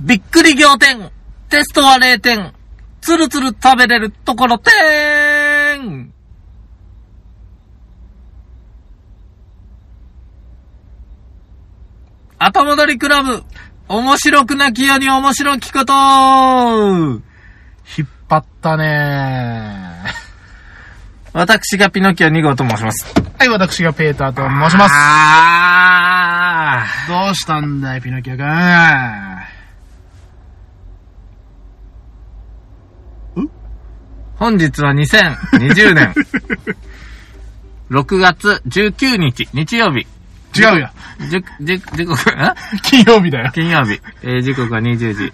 びっくり仰天テストは0点つるつる食べれるところてーん後戻りクラブ面白くなきように面白きこと引っ張ったね私がピノキオ2号と申します。はい、私がペーターと申します。あーどうしたんだい、ピノキオくん。ん本日は2020年 6月19日、日曜日。違うよ。じゅ、じゅ、時刻、ん金曜日だよ。金曜日。えー時刻は20時、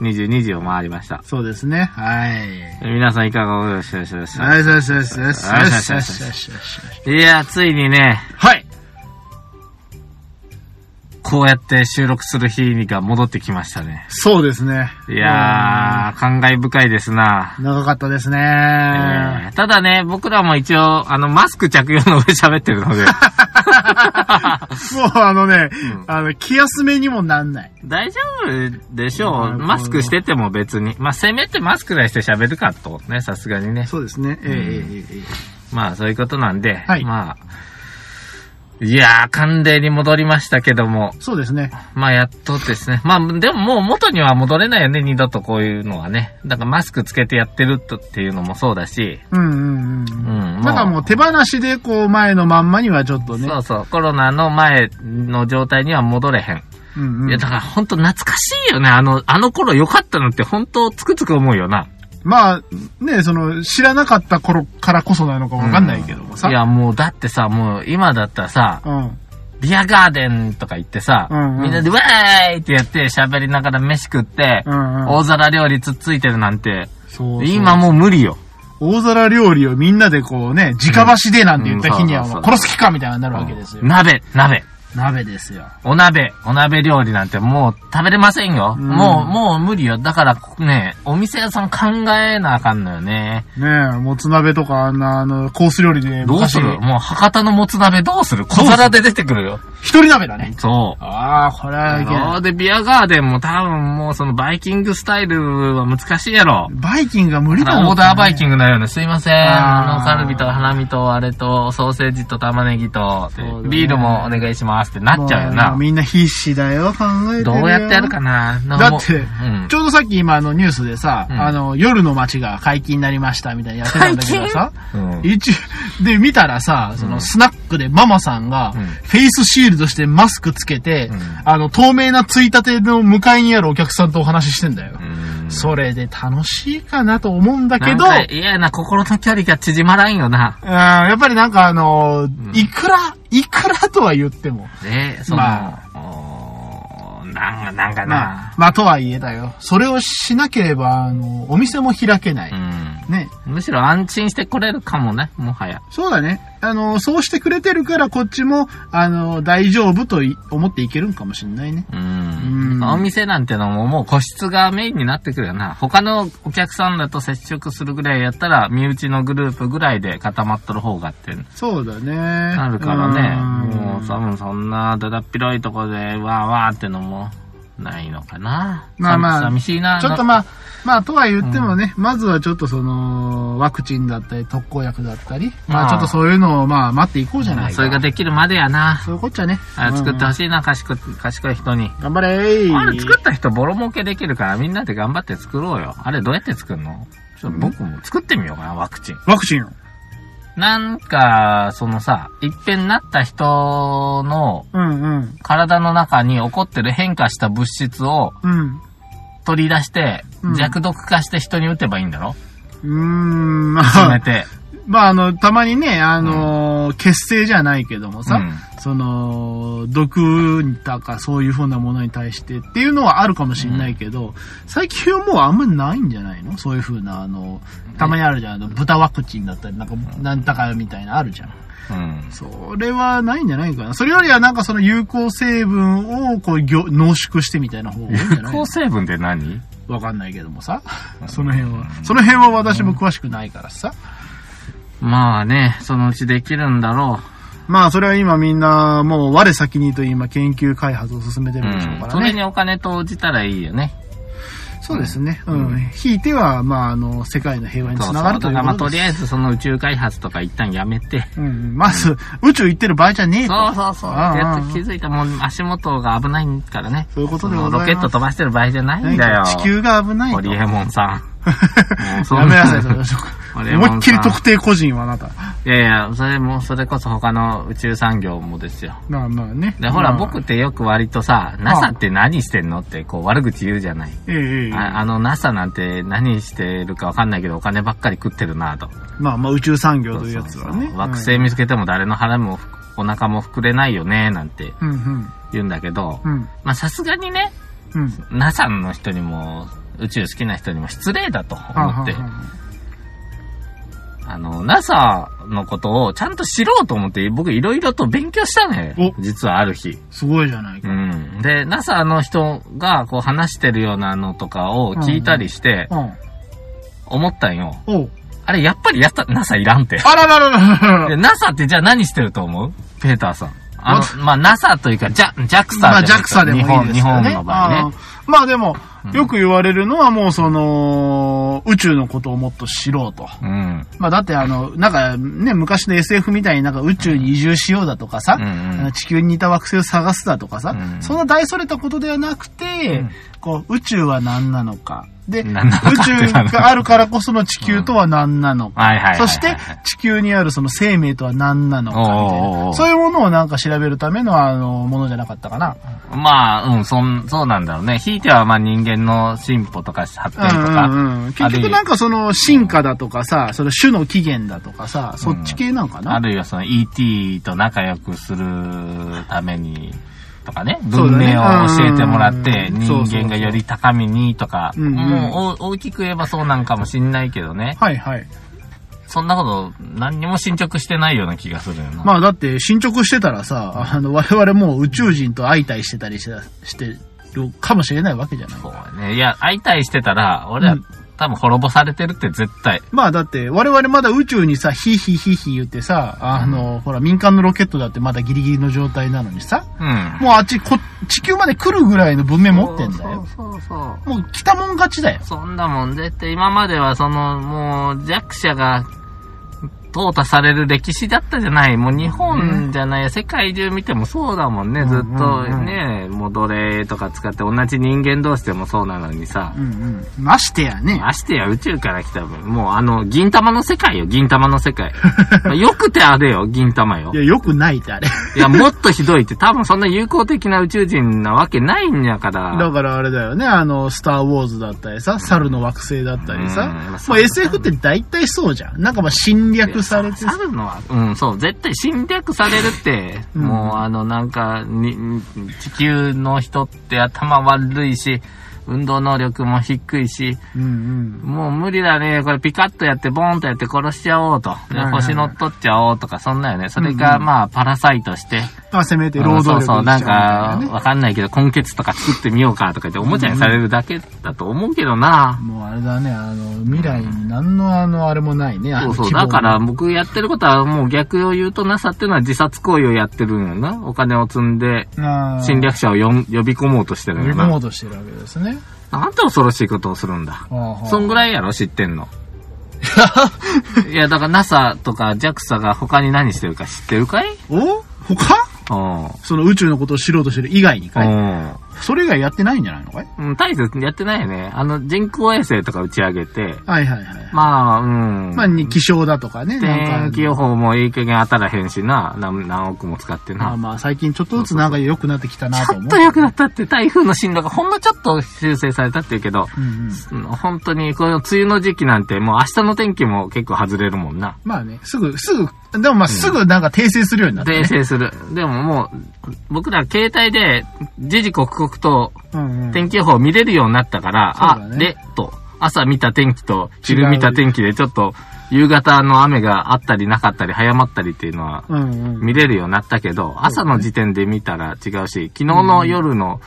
22時を回りました。そうですね。はい。えー皆さんいかがお過ごしでしょうかはい、そうそうそうそうそうそうそう。いやー、ついにね、はい。こうやって収録する日が戻ってきましたね。そうですね。いやー、感慨深いですな。長かったですえね。ーただね、僕らも一応、あの、マスク着用の上喋ってるの で、もうあのねん、あの、気休めにもなんない。大丈夫でしょうなる。ほどマスクしてても別に。まあ、せめてマスクないして喋るかと、ね、さすがにね。そうですね。ええええええまあ、そういうことなんで、はいまあ、いやー、寒冷に戻りましたけども、そうですね。まあ、やっとですね。まあ、でももう元には戻れないよね、二度とこういうのはね。だからマスクつけてやってるとっていうのもそうだし、うんうんうん。うん、もうなんかもう手放しでこう前のまんまにはちょっとね。そうそう、コロナの前の状態には戻れへん。うんういんや、だからほんと懐かしいよね。あの、あの頃良かったのってほんとつくつく思うよな。まあ、ね、その、知らなかった頃からこそなのかわかんないけどもさ。いや、もうだってさ、もう今だったらさ、うん。ビアガーデンとか行ってさ、うんうんみんなでわーいってやって喋りながら飯食って、うんうん。大皿料理つっついてるなんて、そうそう今もう無理よ。大皿料理をみんなでこうね、直箸でなんて言った日にはうんもそううそうそう殺す気かみたいになるわけですよ。鍋、鍋。鍋ですよ。お鍋、お鍋料理なんてもう食べれませんよ。うんもう、もう無理よ。だからね、お店屋さん考えなあかんのよね。ねえ、もつ鍋とかあんな、あの、コース料理でどう昔するもう博多のもつ鍋どうする小皿で出てくるよ。一人鍋だね。そう。ああ、これはいけそなうで、ビアガーデンも多分もうそのバイキングスタイルは難しいやろ。い。バイキングが無理オなのかねーダーバイキングなよね。すいません。あーあの、カルビとハラミとあれと、ソーセージと玉ねぎと、そうだねビールもお願いしますってなっちゃうよもな。みんな必死だよ、考えてるよどうやってやるかななんかだもうって、うんち。ょうどさっき今あのニュースでさ、うんあの、夜の街が解禁になりましたみたいにやってたんだけどさ、うん一、で見たらさ、そのスナックでママさんが、うんフェイスシールドしてマスクつけて、うんあの、透明なついたての向かいにあるお客さんとお話ししてんだよ。うんそれで楽しいかなと思うんだけど、なんか嫌やな、心の距離が縮まらんよな。うんやっぱりなんかあの、いくら、いくらとは言っても、で、その、まおーなんか、なんかまあな、、まあとはいえだよ。それをしなければ、あの、お店も開けない。ね。うん。むしろ安心してこれるかもね、もはや。そうだね。あの、そうしてくれてるから、こっちも、あの、大丈夫とい思っていけるんかもしんないね。うんうんお店なんてのももう個室がメインになってくるよな。他のお客さんだと接触するぐらいやったら、身内のグループぐらいで固まっとる方がってそうだね。ななるからね。もう多分そんなだだっ広いとこでわーわーってのもないのかな。まあまあさ寂しいな。ちょっとなまあ、まあ、とは言ってもね、まずはちょっとその、ワクチンだったり、特効薬だったり、まあああ、ちょっとそういうのを、まあ、待っていこうじゃないか。それができるまでやな。そういうこっちゃね。あ作ってうんほしいな、賢い、賢い人に。頑張れーあれ作った人ボロ儲けできるからみんなで頑張って作ろうよ。あれどうやって作るのちょっと僕も作ってみようかな、ワクチン。ワクチンを。なんか、そのさ、一変なった人のうんうん。体の中に起こってる変化した物質をうん。取り出して、うん弱毒化して人に打てばいいんだろうーん、ま決めあ、て。まあ、あの、たまにね、あのー血清じゃないけどもさ、うんその、毒とかそういうふうなものに対してっていうのはあるかもしれないけど、最近はもうあんまないんじゃないのそういうふうな、あの、たまにあるじゃん、あの、豚ワクチンだったり、なんか、なんだかみたいなあるじゃん。うん。それはないんじゃないかな。それよりはなんかその有効成分をこう、ぎょ濃縮してみたいな方がいいんじゃない抗成分って何わかんないけどもさ、その辺は。その辺は私も詳しくないからさ。まあね、そのうちできるんだろう。まあ、それは今みんな、もう我先にと今研究開発を進めてるんでしょううかん。らそねれ。にお金投じたらいいよね。そうですね。ううんん。ひいては、まあ、あの、世界の平和につながるとそうそうだいうからまあ、こととりであえずその宇宙開発とか一旦やめて。す。うん。まず、宇宙行ってる場合じゃねえと。そうそうそう。ああやっと気づいたもう足元が危ないからね。そういうことでそごのざいロケッます。ト飛ばしてる場合じゃないんだよ。地球が危ないホと。リエ やモンさん。もうそんめなさ い、それは。ホリエモンさん思いっきり特定個人はあなた。いやいや、それも、それこそ他の宇宙産業もですよ。まあまあね。で、ほら、まあ僕っ。てよく割とさ、NASA って何してんのって、こう、悪口言うじゃない。ええええ。ああの、NASA なんて何してるかわかんないけど、お金ばっかり食ってるなと。まあまあ、宇宙産業というやつそはうねそう。そう惑星見つけても誰の腹も、お腹も膨れないよね、なんてうんうん。言うんだけど、うん。まあ、さすがにね、うん。 NASA の人にも、宇宙好きな人にも失礼だと思っては、ははあの、NASA のことをちゃんと知ろうと思って、僕いろいろと勉強したのよお。実はある日。すごいじゃないか。うん。で、NASA の人がこう話してるようなのとかを聞いたりして、うん。思ったんよ。おうあれ、やっぱりやった NASA いらんて。あららららららで、NASA ってじゃあ何してると思うペーターさん。あの、まあ、NASA というか、ジャ、JAXA まあ、じゃないですか JAXA でもいいです日よ本、ね。日本の場合ね。あーまあでも、よく言われるのはもうその、宇宙のことをもっと知ろうと。うん。まあだってあの、なんかね、昔の SF みたいになんか宇宙に移住しようだとかさ、うんうんあの地球に似た惑星を探すだとかさ、うんそんな大それたことではなくて、んこう、宇宙は何なのか。で、宇何なのかって宙があるからこその地球とは何なのか。はいはいはいはい。そして、地球にあるその生命とは何なのかみたいおうおうおな。うそういうものをなんか調べるための、あの、ものじゃなかったかな。まあ、うん、そん、そうなんだろうね。ひいては、まあ人間の進歩とか発展とか。うんうんうん。結ある局いなんかその進化だとかさ、その種の起源だとかさ、そっち系なんかあな。るいはその ET と仲良くするために、とかね、そう文だね明を教えてもらって、うん人間がより高みにとか、そうそうそうもうお大きく言えばそうなんかもしんないけどね、はいはい。そんなこと何にも進捗してないような気がするよな。まあだって進捗してたらさ、あの、我々もう宇宙人と相対してたりしてたしてるかもしれないわけじゃない。そうだね。いや、相対してたら、俺はうん多分滅ぼされてるって絶対。まあだって、我々まだ宇宙にさ、ヒーヒーヒーヒー言ってさ、あの、ほら民間のロケットだってまだギリギリの状態なのにさ、うん。もうあっち、こ、地球まで来るぐらいの文明持ってんだよ。そうそうそう。もう来たもん勝ちだよ。そんなもん絶対今まではそのもう弱者が淘汰される歴史だったじゃない。もう日本じゃない、世界中見てもそうだもんね。ずっとね、戻れとか使って同じ人間同士でもそうなのにさう。んうん。ましてや ね。ましてや宇宙から来た分、もうあの、銀玉の世界よ、銀玉の世 界。まあよくてあれよ、銀玉よい。や、よくないってあれ。いや、もっとひどいって、多分そんな友好的な宇宙人なわけないんやから。だからあれだよね、あの、スター・ウォーズだったりさ、猿の惑星だったりうんさ、そもうう SF って大体そうじゃん。なんかまあ侵略されてさ去るのは、うん、そう、絶対侵略されるって、うんもうあの、なんか、に、に地球の人って頭悪いし、運動能力も低いし、うんうん。もう無理だね、これピカッとやって、ボーンとやって殺しちゃおうと、いではいはい星乗っ取っちゃおうとか、そんなよね。それが、うんうんまあ、パラサイトして、まあせめてう労んそ働うそう、力になんしちゃうかみたい、なね。わかんないけど、根血とか作ってみようかとか言って、おもちゃにされるだけだと思うけどな。もうあれだね、あの、未来に何のあの、あれもないね。あそのうそう。希望だもから僕やってることはもう逆を言うと NASA っていうのは自殺行為をやってるんやな。お金を積んであー侵略者をよん呼び込もうとしてる呼んびや込もなう。としてるわけですね。なんて恐ろしいことをするんだ。そんぐい。らいやろ知ってんの。 いや、だから NASA とか JAXA が他に何してるか知ってるかいお他うん。うんその宇宙のことを知ろうとしてる以外にかいそれ以外やってないんじゃないのかいうん。大切やってないよね。あの、人工衛星とか打ち上げて、はいはいはい。まあ、うん。まあ、に気象だとかね。なん天か気予報もいい加減当たらへんしな。何何億も使ってな。まあまあ、最近ちょっとずつなんか良くなってきたなちとょ思っう。と良くなったって、台風の進路がほんのちょっと修正されたって言うけど、うんうん。うん本当にこの梅雨の時期なんてもう明日の天気も結構外れるもんな。まあね、すぐ、すぐ、でもまあ、すぐなんか訂正するようになった訂ね。正する。でももう、僕ら携帯で時々刻々とうんうん。天気予報見れるようになったから、そうだあ、ねで、と、朝見た天気と昼見た天気でちょっと夕方の雨があったりなかったり早まったりっていうのはうんうん。見れるようになったけど、朝の時点で見たら違うし、昨日の夜の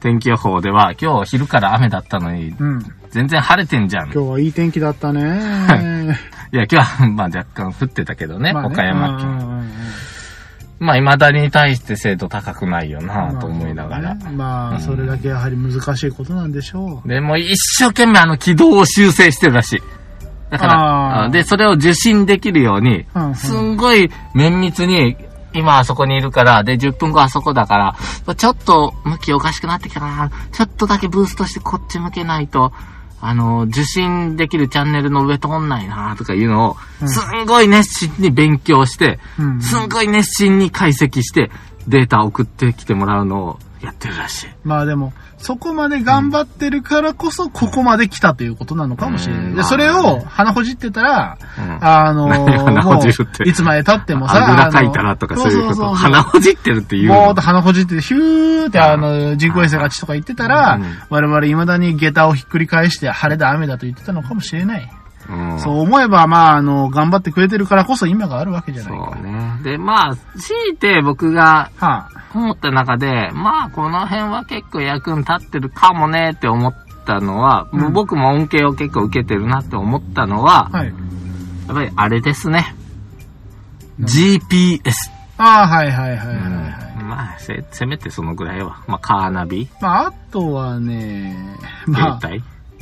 天気予報では、今日昼から雨だったのに、うん。全然晴れてんじゃん。い今日はいい天気だったね。 や、今日は、まあ若干降ってたけどね、まあね岡山県。うんうんうんまあ、未だに対して精度高くないよなと思いながら。まあ、それだけやはり難しいことなんでしょで、もう一生懸命あの軌道を修正してるらしい。だかあーら、あで、それを受信できるように、う。うんうんすんごい綿密に、今あそこにいるから、で、10分後あそこだから、ちょっと向きおかしくなってきたな、ちょっとだけブーストしてこっち向けないと、あの、受信できるチャンネルの上通んないな、とかいうのうんを、すんごい熱心に勉強して、うんすんごい熱心に解析して、データ送ってきてもらうのをやってるらしい。まあでも、そこまで頑張ってるからこそ、ここまで来たということなのかもしれなうい。んで、まあそれを鼻ほじってたら、うんあの何ー、 鼻もほじるってう、いつまで経ってもあさ、ぐらかいたらとかそういうこそそと。そ鼻ほじってるっていうぼーのっと。鼻ほじってて、ヒューってあの、人工衛星勝ちとか言ってたらうん、我々未だに下駄をひっくり返して、晴れだ雨だと言ってたのかもしれない。うんそう思えば、まあ、あの、頑張ってくれてるからこそ今があるわけじゃないか。そうね。で、まあ、強いて僕がは思った中で、まあ、この辺は結構役に立ってるかもねって思ったのは、うん僕も恩恵を結構受けてるなって思ったのはあ、、はい。やっぱりあれですね。GPS。ああ、はいはいはいうはいんはい。まあせ、せめてそのぐらいは。まあ、カーナビ、まあ、あとはね、まあ、携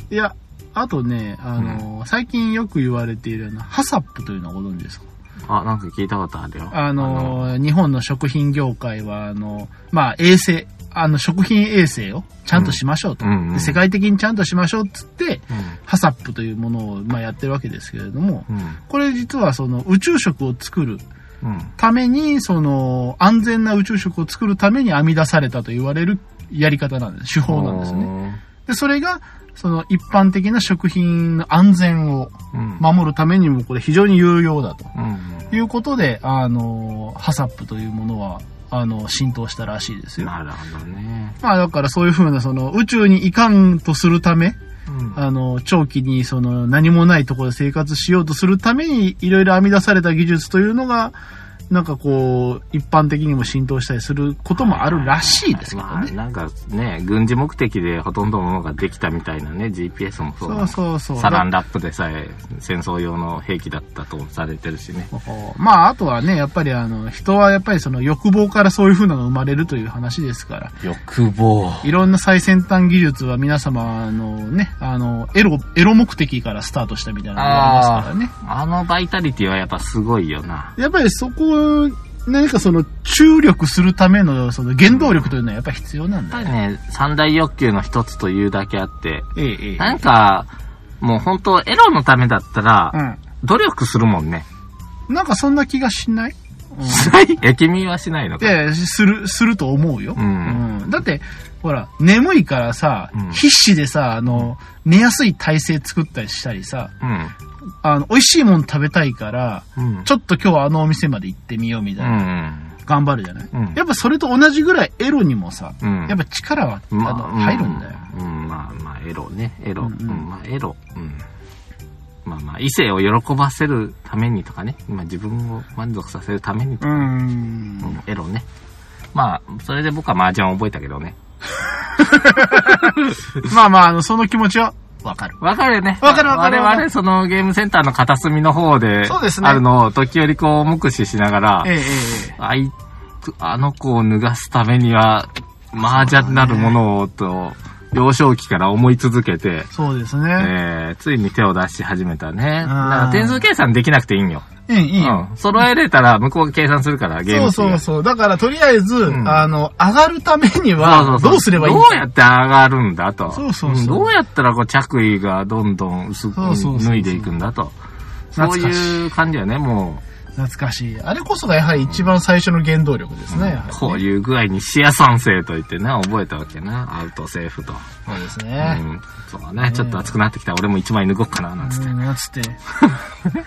帯。いや、あとね、あの、最近よく言われているような、ハサップというのはご存知ですかあ、なんか聞いたことあるよ。あの、日本の食品業界は、あの、まあ、衛生、あの、食品衛生をちゃんとしましょうと。うんうんうんで世界的にちゃんとしましょうっつって、あのハサップというものを、まあ、やってるわけですけれども、うん。これ実はその宇宙食を作るうん。うん。ために、その安全な宇宙食を作るために編み出されたと言われるやり方なんです。手法なんですね。ね。で、それが、その一般的な食品の安全をうん。守るためにもこれ非常に有用だとうん。いうことで、あの、ハサップというものは、あの、浸透したらしいですよ。なるほどね。まあだからそういうふうなその宇宙に行かんとするため、うん。あの、長期にその何もないところで生活しようとするためにいろいろ編み出された技術というのが、なんかこう、一般的にも浸透したりすることもあるらしいですけどまあ、ね。なんかね、軍事目的でほとんどのものができたみたいなね、GPS もそうだそうそうそう。サランラップでさえ戦争用の兵器だったとされてるしね。まあ、あとはね、やっぱりあの、人はやっぱりその欲望からそういう風なのが生まれるという話ですから、欲望。いろんな最先端技術は皆様、あのね、あの、エロ、エロ目的からスタートしたみたいなのがありますからね。あのバイタリティはやっぱすごいよな。やっぱりそこ、何かその、注力するための、その、原動力というのはやっぱり必要なんだやよっぱりね、三大欲求の一つというだけあって、ええ、ええ。なんか、もう本当エロのためだったら、う努力するもんね。ん。なんかそんな気がしないしない え、君はしないのか。で、する、すると思うよ。うんだって、ほら、眠いからさ、うん必死でさ、あの、寝やすい体勢作ったりしたりさ、うん。あの、美味しいもの食べたいから、うん。ちょっと今日はあのお店まで行ってみようみたういな、ん。頑張るじゃない、うんやっぱそれと同じぐらいエロにもさ、うんやっぱ力は、あの、まあ、入るんだよ。うん。うんまあまあ、エロね。エロ。ううんん、うんまあ、エロ。うん。まあまあ、異性を喜ばせるためにとかね。まあ、自分を満足させるためにとうか、んうんエロね。まあ、それで僕は麻雀を覚えたけどね。 まあまあ、あの、その気持ちはわかる。わかるよね。わかるわかる我々、そのゲームセンターの片隅の方で、そうですねあるのを時折こう、目視しながら、ええええあい、あの子を脱がすためには、麻雀なるものを、と、幼少期から思い続けて、そうですね。えー、ついに手を出し始めたね。だんから点数計算できなくていいんよ。うん、いいよ。うん。揃えれたら向こうが計算するから、ゲーそムう機そうがそう。だから、とりあえず、んあの、上がるためには、どうすればいいどんうだやって上がるんだと。そうそうそうんどうやったらこう着衣がどんどん薄くそうそうそうそう脱いでいくんだと。そ懐うかしいいう感じやね、も懐かしい。あれこそがやはり一番最初の原動力ですね。やはう。りねこういう具合に視野賛成と言ってね、覚えたわけな。アウト、セーフと。そうですうね。ん。そうね、ちょっと熱くなってきたら俺も一枚脱ごうかな、なんつって。うん、つって。い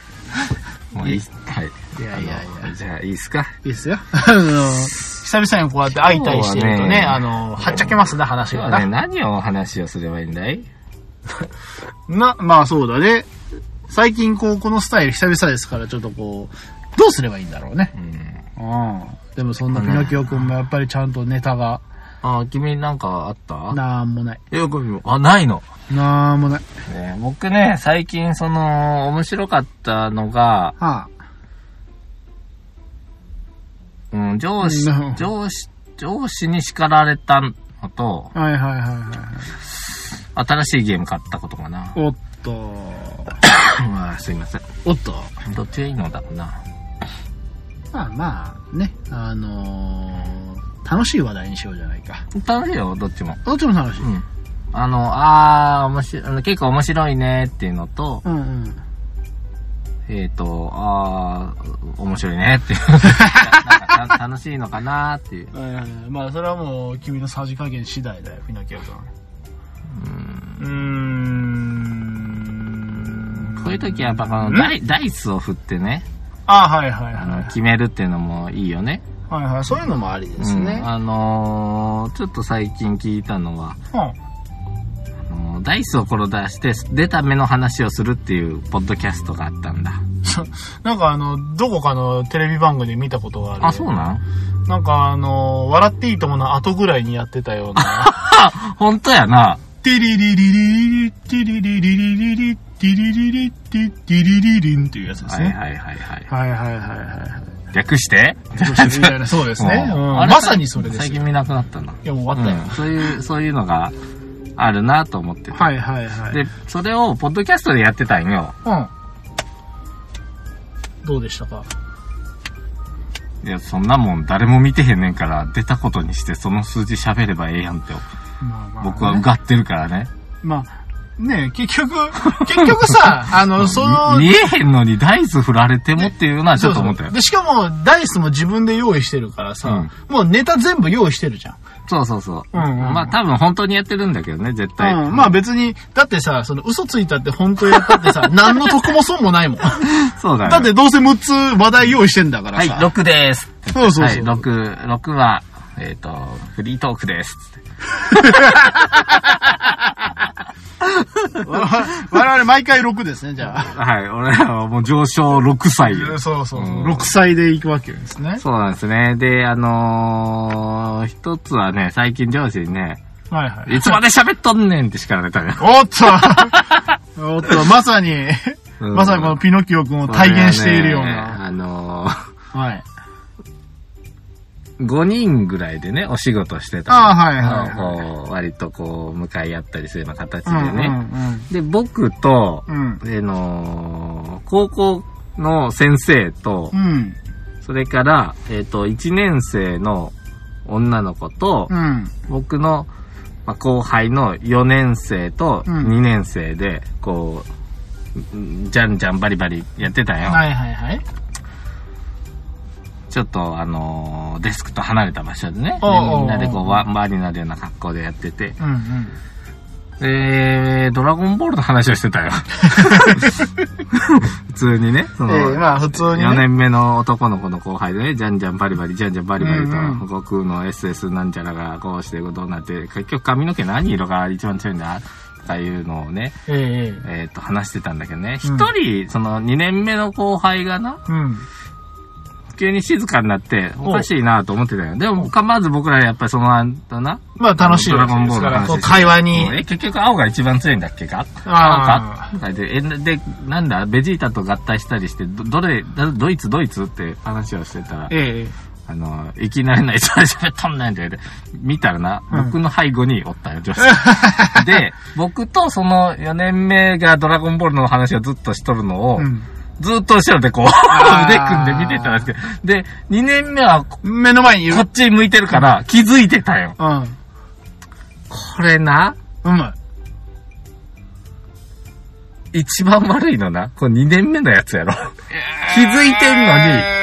もういい。はい。いやいやいやあのじゃあいいっすか。いですよ。あの、久々にこうやって相対してると今日はね、ねあの、はっちゃけますね、話今が日はね、な。何をお話をすればいいんだいな、まあそうだね。最近こう、このスタイル久々ですから、ちょっとこう、どうすればいいんだろうね。うん。うん。でもそんなピノキオくんもやっぱりちゃんとネタが、あ、君なんかあったなんもない。よく見ようあ、ないの。なんもない。ね、僕ね、最近その、面白かったのが、はうん、上司なるほど、上司、上司に叱られたのと、はいはいはいはい。新しいゲーム買ったことか な。おっと、まあ、すいません。おっと。どっちがいいのだろうな。まあまあ、ね、あのー楽しい話題にしようじゃないか。楽しいよ、どっちも。どっちも楽しい。うん。あの、あー、面白いあの、結構面白いねっていうのと、うんうん。えっ、と、あー、面白いね っていうなんか。楽しいのかなっていう。はいはいはいまあそれはもう君のさじ加減次第だよ、フィナキアさん。うーん。こういう時はやっぱこのダイダイスを振ってね、あ、はいはいあはの、決めるっていうのもいいよね。い。はいはい、そういうのもありでうすん。ね。あのー、ちょっと最近聞いたのは、うん。あのーダイスを転がして出た目の話をするっていうポッドキャストがあったんだ。なんかあの、どこかのテレビ番組で見たことがある。あ、そうなんなんかあの、笑っていいともの後ぐらいにやってたような。本当やな。テリリリリリ、テリリリリリリ、テリリリリ、テリリリリンっていうやつですはいはいね。はいはい。はいはいはいはい。略してみたいなそうですね。うんうんあまさにそれです最よ。近見なくなったな。いや、もう終わったよ。うんそういう、そういうのがあるなと思ってて。はいはいはい。で、それをポッドキャストでやってたんよ。うん。どうでしたかいや、そんなもん誰も見てへんねんから、出たことにしてその数字喋ればええやんって、まあまあ、僕はうがってるからね。まあ、ねえ結局、結局さ、あの、その、見えへんのにダイス振られてもっていうのはちょっと思ったよそうそう。で、しかも、ダイスも自分で用意してるからさ、もうネタ全部用意してるじゃん。そうそうそう。うんうんうんまあ多分本当にやってるんだけどね、絶対。うん、まあ別に、だってさ、その嘘ついたって本当やっ たってさ、何の得も損もないもん。だそうだね。ってどうせ6つ話題用意してんだからはい、さ。 6です。そうそうそう。はい、6、6は、えっ、と、フリートークです。わ 我々毎回6ですね、じゃあ。はい、俺らはもう上昇6歳よ。そうそううん6歳で行くわけですね。そうなんですね。で、あのー、一つはね、最近上司にね、はいはい。いつまで喋っとんねんって叱られたのよ。おっとおっと、まさに、うん まさにこのピノキオ君を体現しているような。これはねあのー、はい。 5人ぐらいでね、お仕事してた。ああ、はいはいはい。こう、 割とこう、向かい合ったりするような形でうんね。で、僕と、うんうん。あのー高校の先生とう、ん。それから、えっ、と、1年生の女の子と、うん。僕の、まあ、後輩の4年生とうん2年生で、こう、んじゃんじゃんバリバリやってたよ。はいはいはい。ちょっと、あのーデスクと離れた場所でね。でおうおうおうみんなでこう、わ輪になるような格好でやってて。うんうん。えー、ドラゴンボールの話をして たよ。普通にね。そえのえまあ普通に4ね。年目の男の子の後輩でね、じゃんじゃんバリバリ、じゃんじゃんバリバリと、うんうん悟空の SS なんちゃらがこうしてどうなって、結局髪の毛何色が一番強いんだとかいうのをね、えええええっ、と、話してたんだけどね。う一、ん人、その2年目の後輩がな、うん。急に静かになって、おおかしいなと思ってたよ。でも、まず僕らやっぱりその、あんたな、まあ楽しいわけでドラすかゴンボールのら、話こう会話に。え、結局青が一番強いんだっけかあなんかで、え、で、なんだ、ベジータと合体したりして、ど、どれ、どドイツ、ドイツって話をしてたら、ええあの、いきなりないつまで喋っとんねんって言って、見たらな、うん僕の背後におったよ、女子。で、僕とその4年目がドラゴンボールの話をずっとしとるのを、うん。ずっと後ろでこう、あー腕組んで見てたらしくて、で、2年目はこ目の前にいるこ。っち向いてるから気づいてたよ。うん。うこれな、ま一番悪いのな、この2年目のやつやろ。い。気づいてんのにええ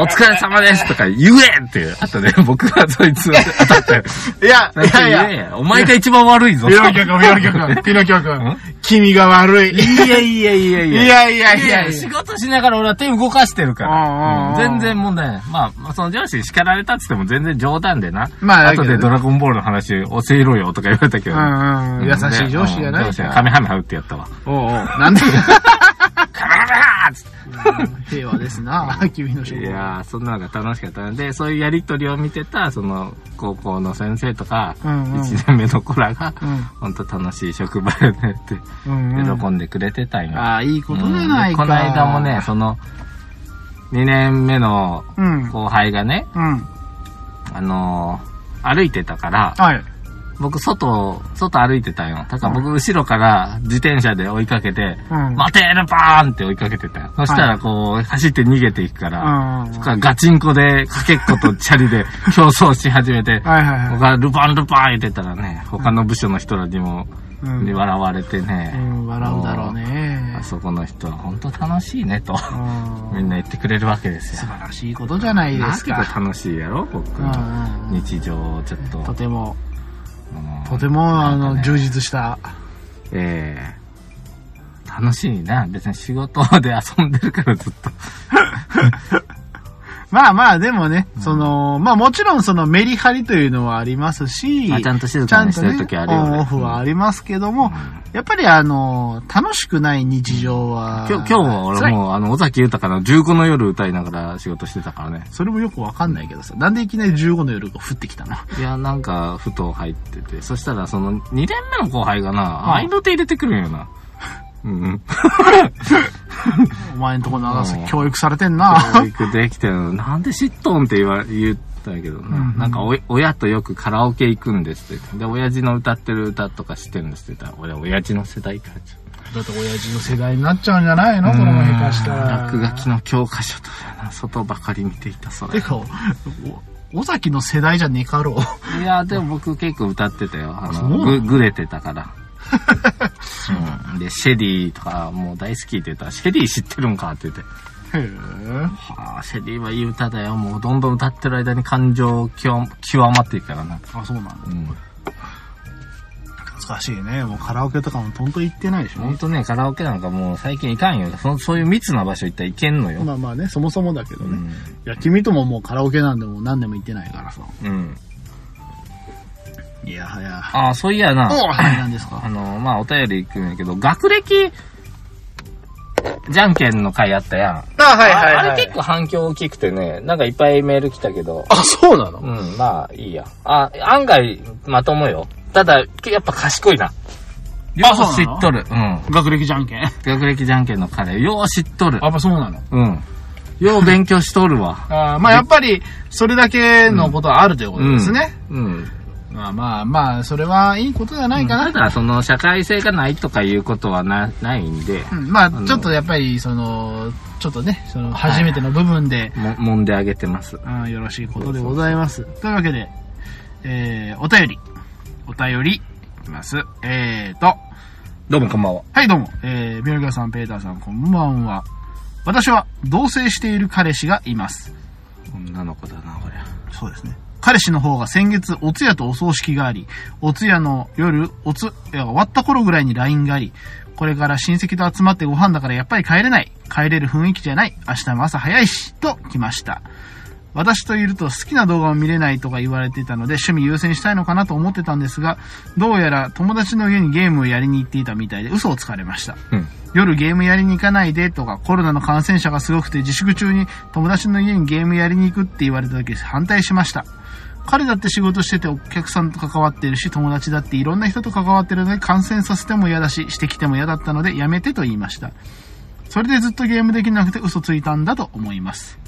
お疲れ様ですとか言えっていう。あとね、 僕がそいつ当たったよ。いや、ちゃんといやい言えや。や。お前が一番悪いぞ。ピノキオ君、ピノキオ君、ピノキオ君ん。君が悪い。いやいやいやいいや。やいやいいややいや、い仕や。事しながら俺は手動かしてるかうんうんら。うんうん全然問題ない。まあまあ、その上司に叱られたって言っても全然冗談でな。まあ後でドラゴンボールの話教えろよとか言われたけど。うんうん。優しい上司じゃなうんい上司がかカメハメハ打ってやったわ。おうおうな んでカメハメハつっ平和ですな、君の仕て事。いやー、そんなのが楽しかったので、そういうやりとりを見てた、その、高校の先生とか、うんうん1年目の子らが、うんほんと楽しい職場でねって、うんうん喜んでくれてたんよ。ああ、いいことじゃないか。うんでこの間もね、その、 2年目のうん。うん。後輩がね、あのー歩いてたから、はい。僕外、外歩いてたよ。だから僕後ろから自転車で追いかけて、うん。待てルパーンって追いかけてたよ。そしたらこう、走って逃げていくから、うん。そっからガチンコでかけっことチャリで競争し始めて、はいはいはい。他ルパンルパン言ってたらね、他の部署の人らにも、うんに笑われてうね、ん、笑うだろうねあ。そこの人は本当楽しいねと、うんみんな言ってくれるわけです素よ。晴らしいことじゃないでなんすてか。楽しいやろ僕うんのうんうん日常をちょっと。とても、うんとても、なあんかの、ね充実した。ええ楽しいな。別に仕事で遊んでるからずっと。まあまあ、でもね、その、まあもちろんそのメリハリというのはありますし、あちゃんと静ちゃかんにしとてねる時あ、オるよンね。オフはありますけども、やっぱりあの、楽しくない日常は、今日、今日も俺もう、あの、尾崎豊の15の夜歌いながら仕事してたからね。それもよくわかんないけどさ、なんでいきなり15の夜が降ってきたのいや、なんか、ふと入ってて。そしたら、その、2年目の後輩がうんな、合いの手入れてくるんよな。うん。お前んとこのう話ん教育されてんな教。育できてるの。なんで知っとんって言わ、言ったんやけどな。うんなんかおい、親とよくカラオケ行くんですって言って。で、親父の歌ってる歌とか知ってるんですって言ったら、俺、親父の世代からちょっとだって親父の世代になっちゃうんじゃないのこのうん下手したら。落書きの教科書とかな、外ばかり見ていた、それて。か、お尾崎の世代じゃねえかろう。いや、でも僕結構歌ってたよ。あそうなの、のぐ、ぐれてた から。うん、で、シェリーとかもう大好きって言ったら、シェリー知ってるんかって言って。へえ。はあ、シェリーはいい歌だよ。もうどんどん歌ってる間に感情極極まっていくからな。あ、そうなんだ。うん。懐かしいね。もうカラオケとかもとんと行ってないでしょ。ほんとね、カラオケなんかもう最近行かんよ。そそういう密な場所行ったら行けんのよ。まあまあね、そもそもだけどうね。ん。いや、君とももうカラオケなんでもう何年も行ってないからさ。うん。いやはや。ああ、そういやな。おはい、なんですあか。の、まあ、お便り行くんやけど、学歴、じゃんけんの回あったやん。あ、はああれ結構反響大きくてね、なんかいっぱいメール来たけど、あ、そうなのうん、まあ、いいや。あ、案外、まともよ。ただ、やっぱ賢いな。よそううな知のっとる。うん。学歴じゃんけん。学歴じゃんけんの彼、よう知っとるや。っぱそうなの。うん。よう勉強しとるわ。あーまあやっぱり、それだけのことはあるということですね。うん。まあまあまあ、それはいいことじゃないかな。ただ、その、社会性がないとかいうことはな、ないんで、うん、まあ、ちょっとやっぱり、その、ちょっとね、その、初めての部分で、も、揉んであげてます。あーよろしいことでございます。というわけで、えー、お便り、お便り、いきます。えーと、どうもこんばんは。はい、どうも。えー、ビョルガさん、ペーターさん、こんばんは。私は、同棲している彼氏がいます。女の子だな、こりゃ。そうですね。彼氏の方が先月、お通夜とお葬式があり、お通夜の夜、お通夜が終わった頃ぐらいに LINE があり、これから親戚と集まってご飯だからやっぱり帰れない。帰れる雰囲気じゃない。明日も朝早いし、と来ました。私といると好きな動画を見れないとか言われてたので趣味優先したいのかなと思ってたんですが、どうやら友達の家にゲームをやりに行っていたみたいで嘘をつかれました。うん。夜ゲームやりに行かないでとか、コロナの感染者がすごくて自粛中に友達の家にゲームやりに行くって言われた時反対しました。彼だって仕事しててお客さんと関わってるし、友達だっていろんな人と関わってるので感染させても嫌だし、してきても嫌だったのでやめてと言いました。それでずっとゲームできなくて嘘ついたんだと思います。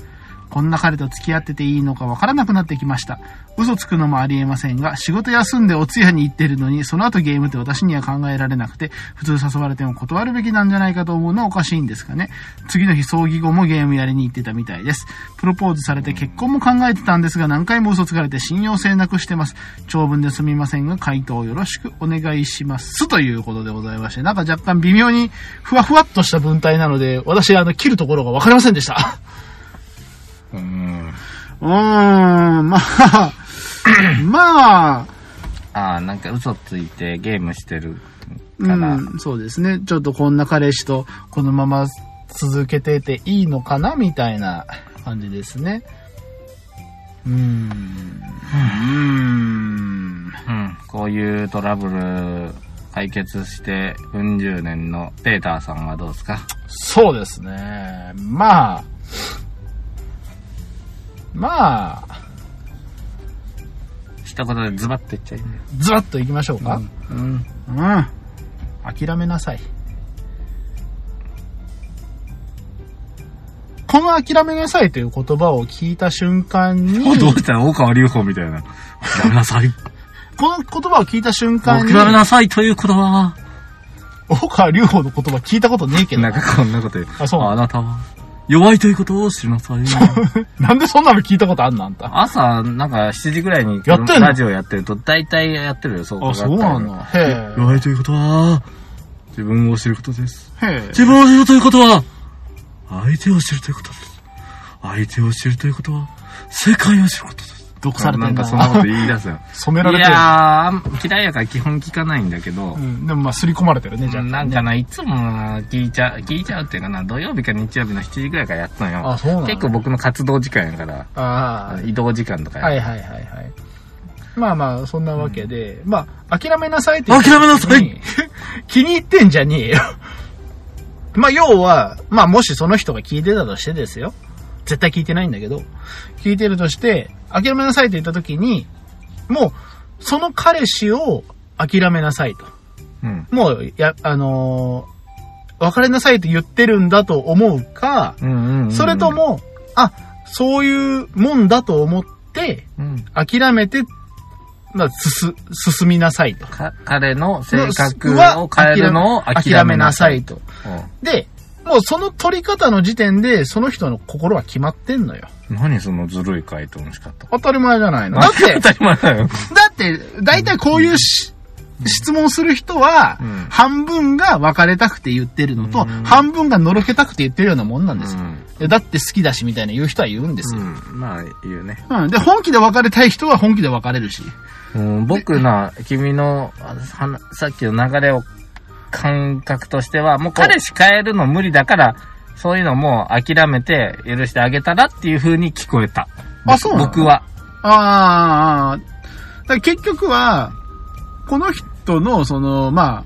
こんな彼と付き合ってていいのかわからなくなってきました。嘘つくのもありえませんが、仕事休んでお通夜に行ってるのに、その後ゲームって私には考えられなくて、普通誘われても断るべきなんじゃないかと思うのはおかしいんですかね。次の日葬儀後もゲームやりに行ってたみたいです。プロポーズされて結婚も考えてたんですが、何回も嘘つかれて信用性なくしてます。長文ですみませんが、回答をよろしくお願いします。ということでございまして、なんか若干微妙にふわふわっとした文体なので、私、あの、切るところがわかりませんでした。うん。うーん、まあ、まあ、ああ、なんか嘘ついてゲームしてるうから、ん、そうですね。ちょっとこんな彼氏とこのまま続けてていいのかなみたいな感じですね。うーん。うーん。うん、こういうトラブル解決して、うん十年のペーターさんはどうですかそうですね。まあ、まあ、一言でズバッと言っちゃいズバッといきましょうか。うん。うん。諦めなさい。この諦めなさいという言葉を聞いた瞬間に、 どうしたら大川隆法みたいな。やめなさい。この言葉を聞いた瞬間に、諦めなさいという言葉は。大川隆法の言葉聞いたことねえけどなんな。かこんなこと言う。あそうあなたは、弱いということを知りなさい。なんでそんなの聞いたことあんのあんた。朝、なんか7時ぐらいにやってんのラジオやってると、大体やってるよ、そうあ、そうなの。へ弱いということは、自分を知ることです。え。へ自分を知るということは、相手を知るということです。相手を知るということは、世界を知ることです。え。毒されてなんんかだそんなこと言い出す よ。染められいてる。やー、嫌いやから基本聞かないんだけどう、ん、でもまあ、刷り込まれてるね、じゃあ。なんかな、いつも聞いちゃう、聞いちゃうっていうかな、土曜日か日曜日の7時ぐらいからやってたのよ。あ、そうなの結構。僕の活動時間やから、ああ、移動時間とかやはいはいはいはい。まあまあ、そんなわけで、まあ、諦めなさいって諦めなさい 気に入ってんじゃねえよ。まあ、要は、まあ、もしその人が聞いてたとしてですよ。絶対聞いてないんだけど、聞いてるとして、諦めなさいって言った時に、もう、その彼氏を諦めなさいと。うん。もう、や、あのー別れなさいって言ってるんだと思うか、うんうんうんそれと、も、あ、そういうもんだと思って、うん、諦めて、まあ、すす、進みなさいと。か彼の性格はを変えるのを諦めなさい。諦と。で、もうその取り方の時点で、その人の心は決まってんのよ。うん何そのずるい回答の仕方。当たり前じゃないの。だって、当たり前だよ。だって、だいたいこういうし、質問する人は、うん半分が別れたくて言ってるのと、うん半分がのろけたくて言ってるようなもんなんですよ。うだって好きだしみたいな言う人は言うんですよ。ん。まあ、言うね。うん、で、本気で別れたい人は本気で別れるし。うん、僕な、君の、あはさっきの流れを、感覚としては、もう彼氏変えるの無理だから、そういうのもう諦めて許してあげたらっていう風に聞こえた。あそうなの僕は。ああ、だから結局は、この人の、その、まあ、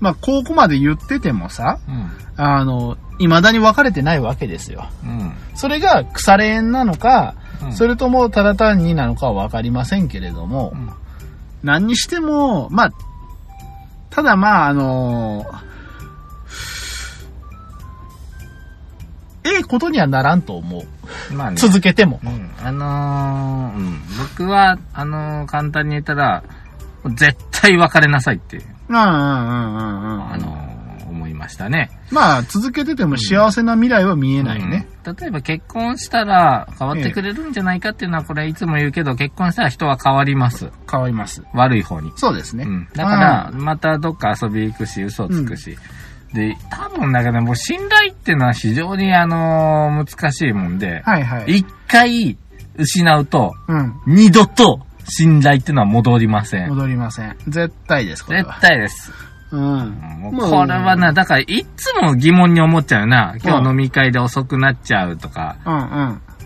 まあ、高校まで言っててもさ、うあの、未だに別れてないわけですよ。ん。それが腐れ縁なのか、うん。それともただ単になのかはわかりませんけれども、うん何にしても、まあ、ただまあ、あの、ええことにはならんと思う。まあね。続けても。うん、あのー、うん、僕は、あのー、簡単に言ったら、絶対別れなさいって、うんうんうんうんうん。あのー、思いましたね。まあ、続けてても幸せな未来は見えないね。うん。例えば結婚したら変わってくれるんじゃないかっていうのは、これいつも言うけど、結婚したら人は変わります。変わります。悪い方に。そうですね。うん。だから、またどっか遊び行くし、嘘つくし。で、多分だけど、もう信頼っていうのは非常に、あのー難しいもんでうん、、はいはい。一回失うと、うん。二度と信頼っていうのは戻りません。戻りません。絶対です、これは絶。対です。うん。もうもうこれはな、だからいつも疑問に思っちゃうな。今日飲み会で遅くなっちゃうとか、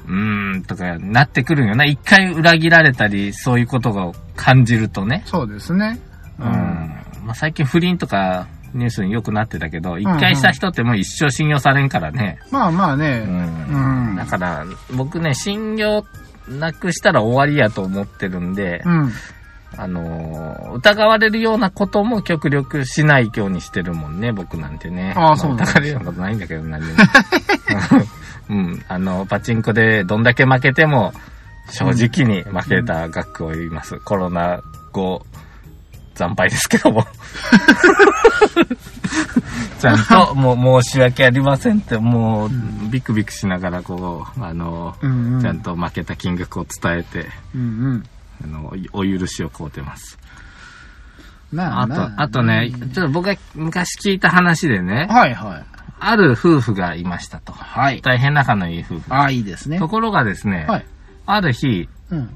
うんううん。ーん、とかなってくるんよな。一回裏切られたり、そういうことを感じるとね。そうですね。うん。。まあ、最近不倫とかニュースによくなってたけど、一回した人ってもう一生信用されんからね。まあまあうね。ん。うんだから、僕ね、信用なくしたら終わりやと思ってるんで、うん。あのー疑われるようなことも極力しないようにしてるもんね、僕なんてね。あーそうなんま疑だわれるようなことないんだけど、何にも。うん、あの、パチンコでどんだけ負けても、正直に負けた額を言います。コロナ後、惨敗ですけど も。ちゃんと、もう申し訳ありませんって、もう、ビクビクしながら、こう、あのーうんうん。ちゃんと負けた金額を伝えて、うんうん。あの、おお許しを請うてます。なあなと、あとね、ちょっと僕が昔聞いた話でね、はいはい。ある夫婦がいましたと。はい。大変仲のいい夫婦。ああ、いいですねと。ころがですね、はい。ある日、うん。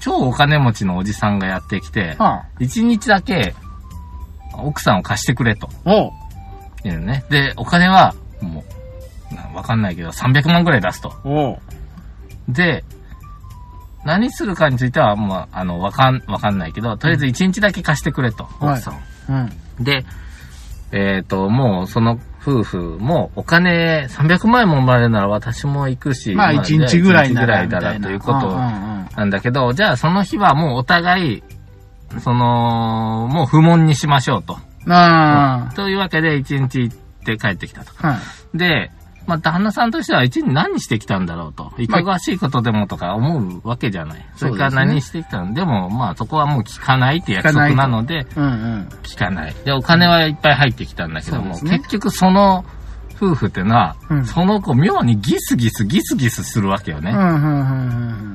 超お金持ちのおじさんがやってきて、は一日だけ奥さんを貸してくれとあ。おいうね。で、お金は、もう、なわかんないけど、300万ぐらい出すと。おで、何するかについては、もう、あの、わかん、わかんないけど、とりあえず一日だけ貸してくれと、はい奥さんを。うん。で、えっ、と、もうその夫婦もお金300万円も生まれるなら私も行くし、まあ、まあ一日ぐらいじゃあなら一日みぐたらいいな。ならということうんうんなんだけど、じゃあその日はもうお互い、その、もう不問にしましょうと。うん。あというわけで一日行って帰ってきたと。あ。はい。で、まあ、旦那さんとしては一日何してきたんだろうと。いかがわしいことでもとか思うわけじゃない。それからそうですね何してきたんでも、まあ、そこはもう聞かないって約束なので、うんうん。聞かない。で、お金はいっぱい入ってきたんだけども、そうですね結局その夫婦ってのは、うんその子妙にギスギスギスギスするわけよね。うんうんうんう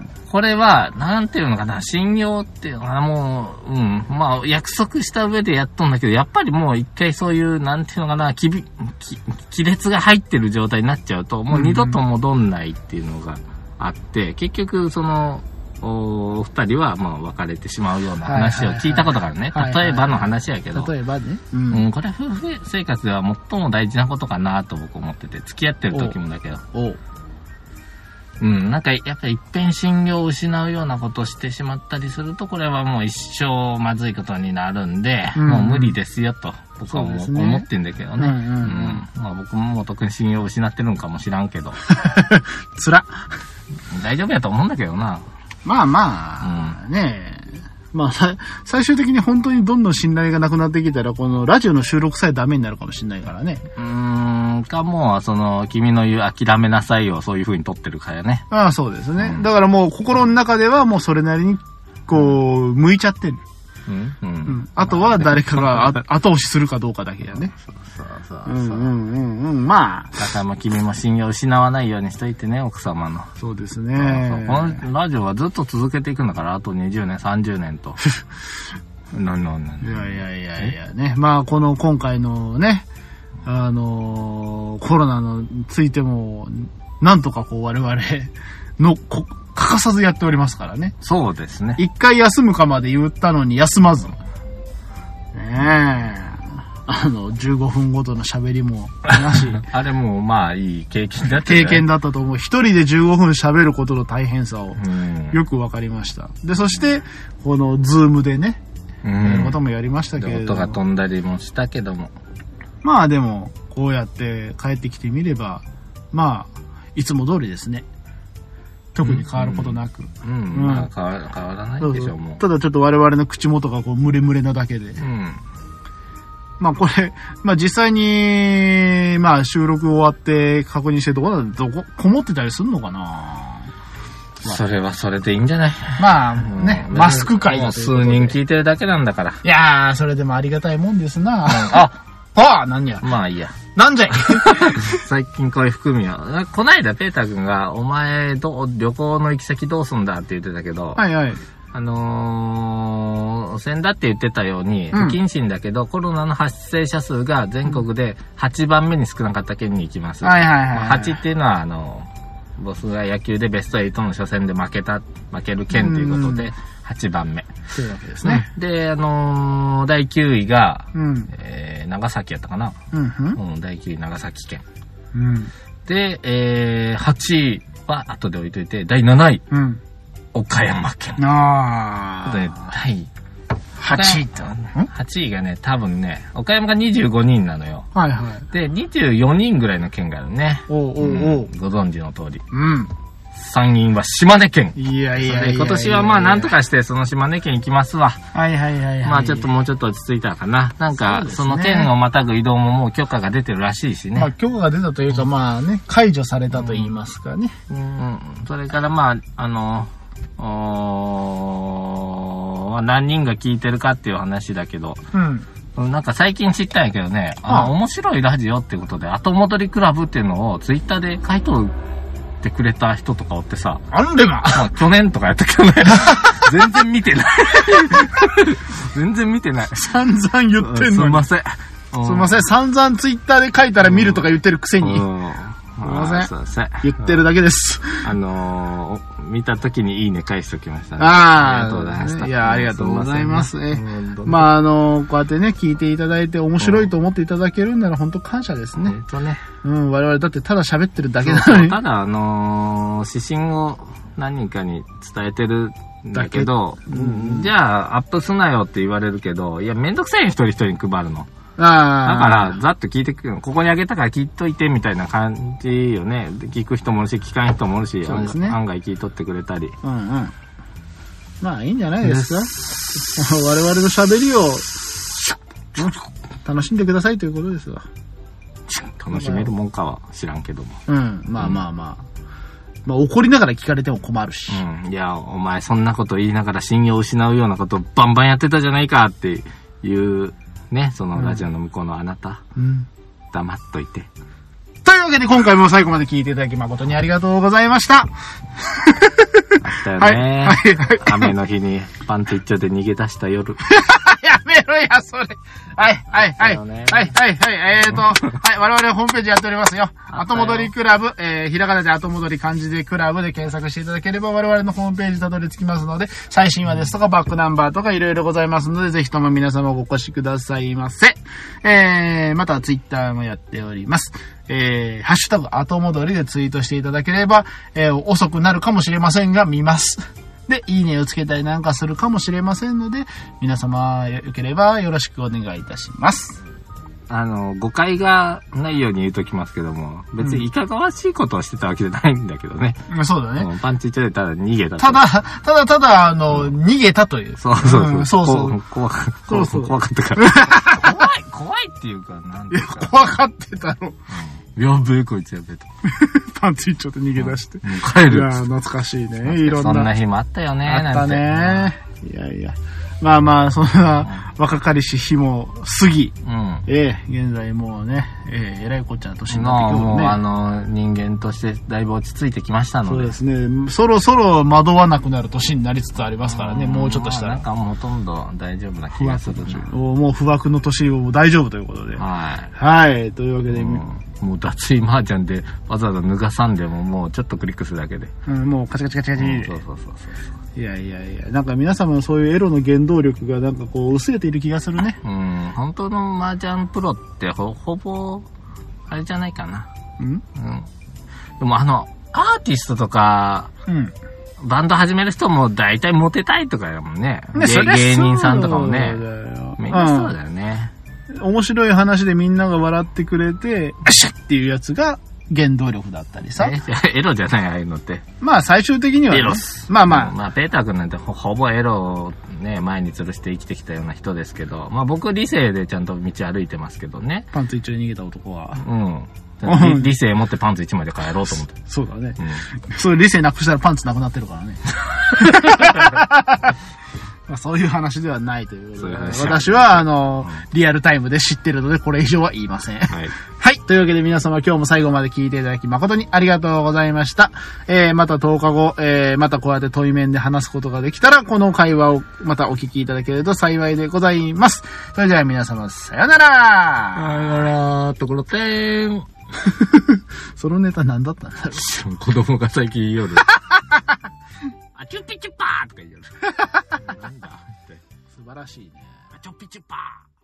んこれは、なんていうのかな、信用っていうのはもう、うん、まあ、約束した上でやっとんだけど、やっぱりもう一回そういう、なんていうのかな、きび、き亀裂が入ってる状態になっちゃうと、もう二度と戻んないっていうのがあって、結局、その、おお二人は、まあ、別れてしまうような話を聞いたことがあるねはいはい。はい例えばの話やけど、例えばね。う。うんん、これは夫婦生活では最も大事なことかなと僕思ってて、付き合ってる時もだけど、おううん、なんかやっぱ一遍信用を失うようなことをしてしまったりすると、これはもう一生まずいことになるんで、うんもう無理ですよと、僕はそうでもすうね思ってんだけどうんうね。んううんん。まあ僕も特に信用を失ってるんかもしらんけど、つら。大丈夫やと思うんだけどな。まあまあ、ねえ。まあ、さ最終的に本当にどんどん信頼がなくなってきたら、このラジオの収録さえダメになるかもしれないからね。うーん、かもう、その、君の言う諦めなさいをそういう風に取ってるからね。ああ、そうですね。うんだからもう心の中ではもうそれなりに、こう、向いちゃってる。うん、うん。うん。あとは誰かがあ後押しするかどうかだけだよね。そうそううそう。んうんうんうん。まあ、だからまあ君も信用を失わないようにしといてね、奥様の。そうですそうこね。のラジオはずっと続けていくんだから、あと20年、30年 と。なんなんなんいやいやいやいやね。まあ、この今回のね、あのーコロナのついても、なんとかこう我々の、こ欠かさずやっておりますからね。そうですね。一回休むかまで言ったのに休まず。ねえ。あの、15分ごとの喋りもなし。あれもうまあいい経験だった経験だ。だったと思う。一人で15分喋ることの大変さをうん。よくわかりました。で、そして、このズームでね、うやるんこともやりましたけれでど音がも。飛んだりもしたけども。まあでも、こうやって帰ってきてみれば、まあ、いつも通りですね。特に変わることなく。うん。んまあ変わら変わらないでしょう、もう。ただちょっと我々の口元がこう、ムレムレなだけで。うん。まあこれ、まあ実際に、まあ収録終わって確認してどこだ、どこ、こもってたりすんのかなそれはそれでいいんじゃないまあうんね、別にマスク会もうだというこ数とで人聞いてるだけなんだから。いやー、それでもありがたいもんですな。あああ、なんじゃ。まあいいや。なん じゃい。最近こういう含みは。こないだペーター君が、お前どう、旅行の行き先どうすんだって言ってたけど。はいはい。あのー、先だって言ってたように、うん不謹慎だけど、コロナの発生者数が全国で8番目に少なかった県に行きます。はいはいはい。 8っていうのは、あのー、ボスが野球でベスト8の初戦で負けた、負ける県ということうで、8番目。というわけですね。で、あのー、第9位が、うん。えー、長崎やったかな。うんうん。うん、第9位長崎県。うん。で、えー、8位は後で置いといて、第7位、うん。岡山県。あであ。第8位と。ん8位がね、多分ね、岡山が25人なのよ。はいはい。で、24人ぐらいの県があるね。おうおうおうんう。ご存知の通り。うん。参院は島根県。いやいやいやいやで今年はまあなんと。かしてその島根県行きますわ。はいはいはいはい。まあちょっともうちょっと落ち着いたかな。なんそうかですねその県をまたぐ移動ももう許可が出てるらしいしまあね。許可が出たというか、まあね、解除されたと言いますかね。うん。それからまあ、あの、おー何人が聞いてるかっていう話だけど、うん。うんなんか最近知ったんやけどね、あはの、い面白いラジオってことで、後戻りクラブっていうのをツイッターで書いとってくれた人とかおってさ、なんでまが あ去年とかやったけど ね、全然見て ない。全然見てない。散々言うっんてすんいのに。ません。すみませせん、散々ツイッターで書いたら見るとか言ってるくせにう、ん。ませんあーすいません。言ってるだけです。あのー、見た時にいいね返しときましたね。ありがあーとうございました。いやありがとうございますすいませんねうんまあ、あの、こうやってね、聞いていただいて面白いと思っていただけるんなら本当感謝ですえね。っとね。うん、我々だってただ喋ってるだけなそうのそうに。ただ、あのー指針を何人かに伝えてるんだけど、うんじゃあ、アップすなよって言われるけど、いや、めんどくさいよ一人一人に配るの。だああ。から、ざっと聞いてくる。ここにあげたから聞いといて、みたいな感じよね。で聞く人もおるし、聞かん人もおるし、そうですね案外案外聞いとってくれたり。うんうん。まあ、いいんじゃないですか。 我々の喋りを、うん楽しんでくださいということですわ。チュンと楽しめるもんかは知らんけども。うん、まあまあまあ。まあ怒りながら聞かれても困るし。うん。いや、お前そんなこと言いながら信用を失うようなことバンバンやってたじゃないかっていう、ね、そのラジオの向こうのあなた、うん黙っといて。というわけで今回も最後まで聞いていただき誠にありがとうございました。 あったよはいね。はいはい雨の日にパンツ一丁で逃げ出した夜。 やめろや、それ。はい、はい、はい。だよはいね、はい、はい。えーと、はい、我々ホームページやっておりますよ。よ後戻りクラブ、えー、ひらがなで後戻り漢字でクラブで検索していただければ我々のホームページたどり着きますので、最新話ですとかバックナンバーとかいろいろございますので、ぜひとも皆様お越しくださいませ。えー、またツイッターもやっております。えー、ハッシュタグ後戻りでツイートしていただければ、えー、遅くなるかもしれませんが、見ます。で、いいねをつけたりなんかするかもしれませんので、皆様、よければよろしくお願いいたします。あの、誤解がないように言うときますけども、別にいかがわしいことをしてたわけじゃないんだけどね。まあそうだね。うんパンチ一丁でただ逃げたと。ただ、ただただ、あの、逃げたという。そうそうそう。んそうそうこ怖かそ怖うかそう怖かったか ら。怖い、怖いっていうか、なんていうか。怖かってたろ。やべえ、こいつやべえと。パンツ一丁で逃げ出して。もう帰いるや。懐かしいね。いろんな。そんな日もあったよね、あっなたんね。いやいや。まあまあ、そんな、若かりし日も過ぎ。て。うん。ええ現在もうね、えええらいこっちゃな年になの、ってきてももう、ね。あの、人間としてだいぶ落ち着いてきましたそのうで。ですね。そろそろ惑わなくなる年になりつつありますからね、もうちょっとしたまあならん。かもうほとんど大丈夫な気がするな。おもう不惑の年を大丈夫ということで。はい。はい、というわけで、もう脱衣麻雀でわざわざ脱がさんでももうちょっとクリックするだけで。うん、もうカチカチカチカチ。そうそうそういやいやいや、なんか皆様のそういうエロの原動力がなんかこう薄れている気がするね。そう。うん、本当の麻雀プロってほほぼ、あれじゃないかな。うんうん。でもあの、アーティストとか、うん。バンド始める人も大体モテたいとかやもんね。ねそ芸りゃ芸人さんとかもそうだね。よみんなそうだよね。うん面白い話でみんなが笑ってくれて、あっしゃっていうやつが原動力だったりさ。ね エロじゃない、ああいうのって。まあ最終的にはね、エロスまあまあ、まあ、ペーター君なんてほほぼエロをね、前に吊るして生きてきたような人ですけど、まあ僕理性でちゃんと道歩いてますけどね。パンツ一丁に逃げた男は。うんうん。理理性持ってパンツ1枚で帰ろうと思って。そうだね。うん。それ理性なくしたらパンツなくなってるから ね。まあそういう話ではないというそことういでう、話私は、あの、リアルタイムで知ってるので、これ以上は言いません。はい。はい。というわけで皆様今日も最後まで聞いていただき誠にありがとうございました。えー、また10日後、えー、またこうやって問い面で話すことができたら、この会話をまたお聞きいただけると幸いでございます。それでは皆様、さよならあらら、ところてーん。 そのネタ何だったんだろう子供が最近夜。あ、チュッピチュッパーとか言うよる。なんだって。素晴らしいね。あ、チュッピチュッパー。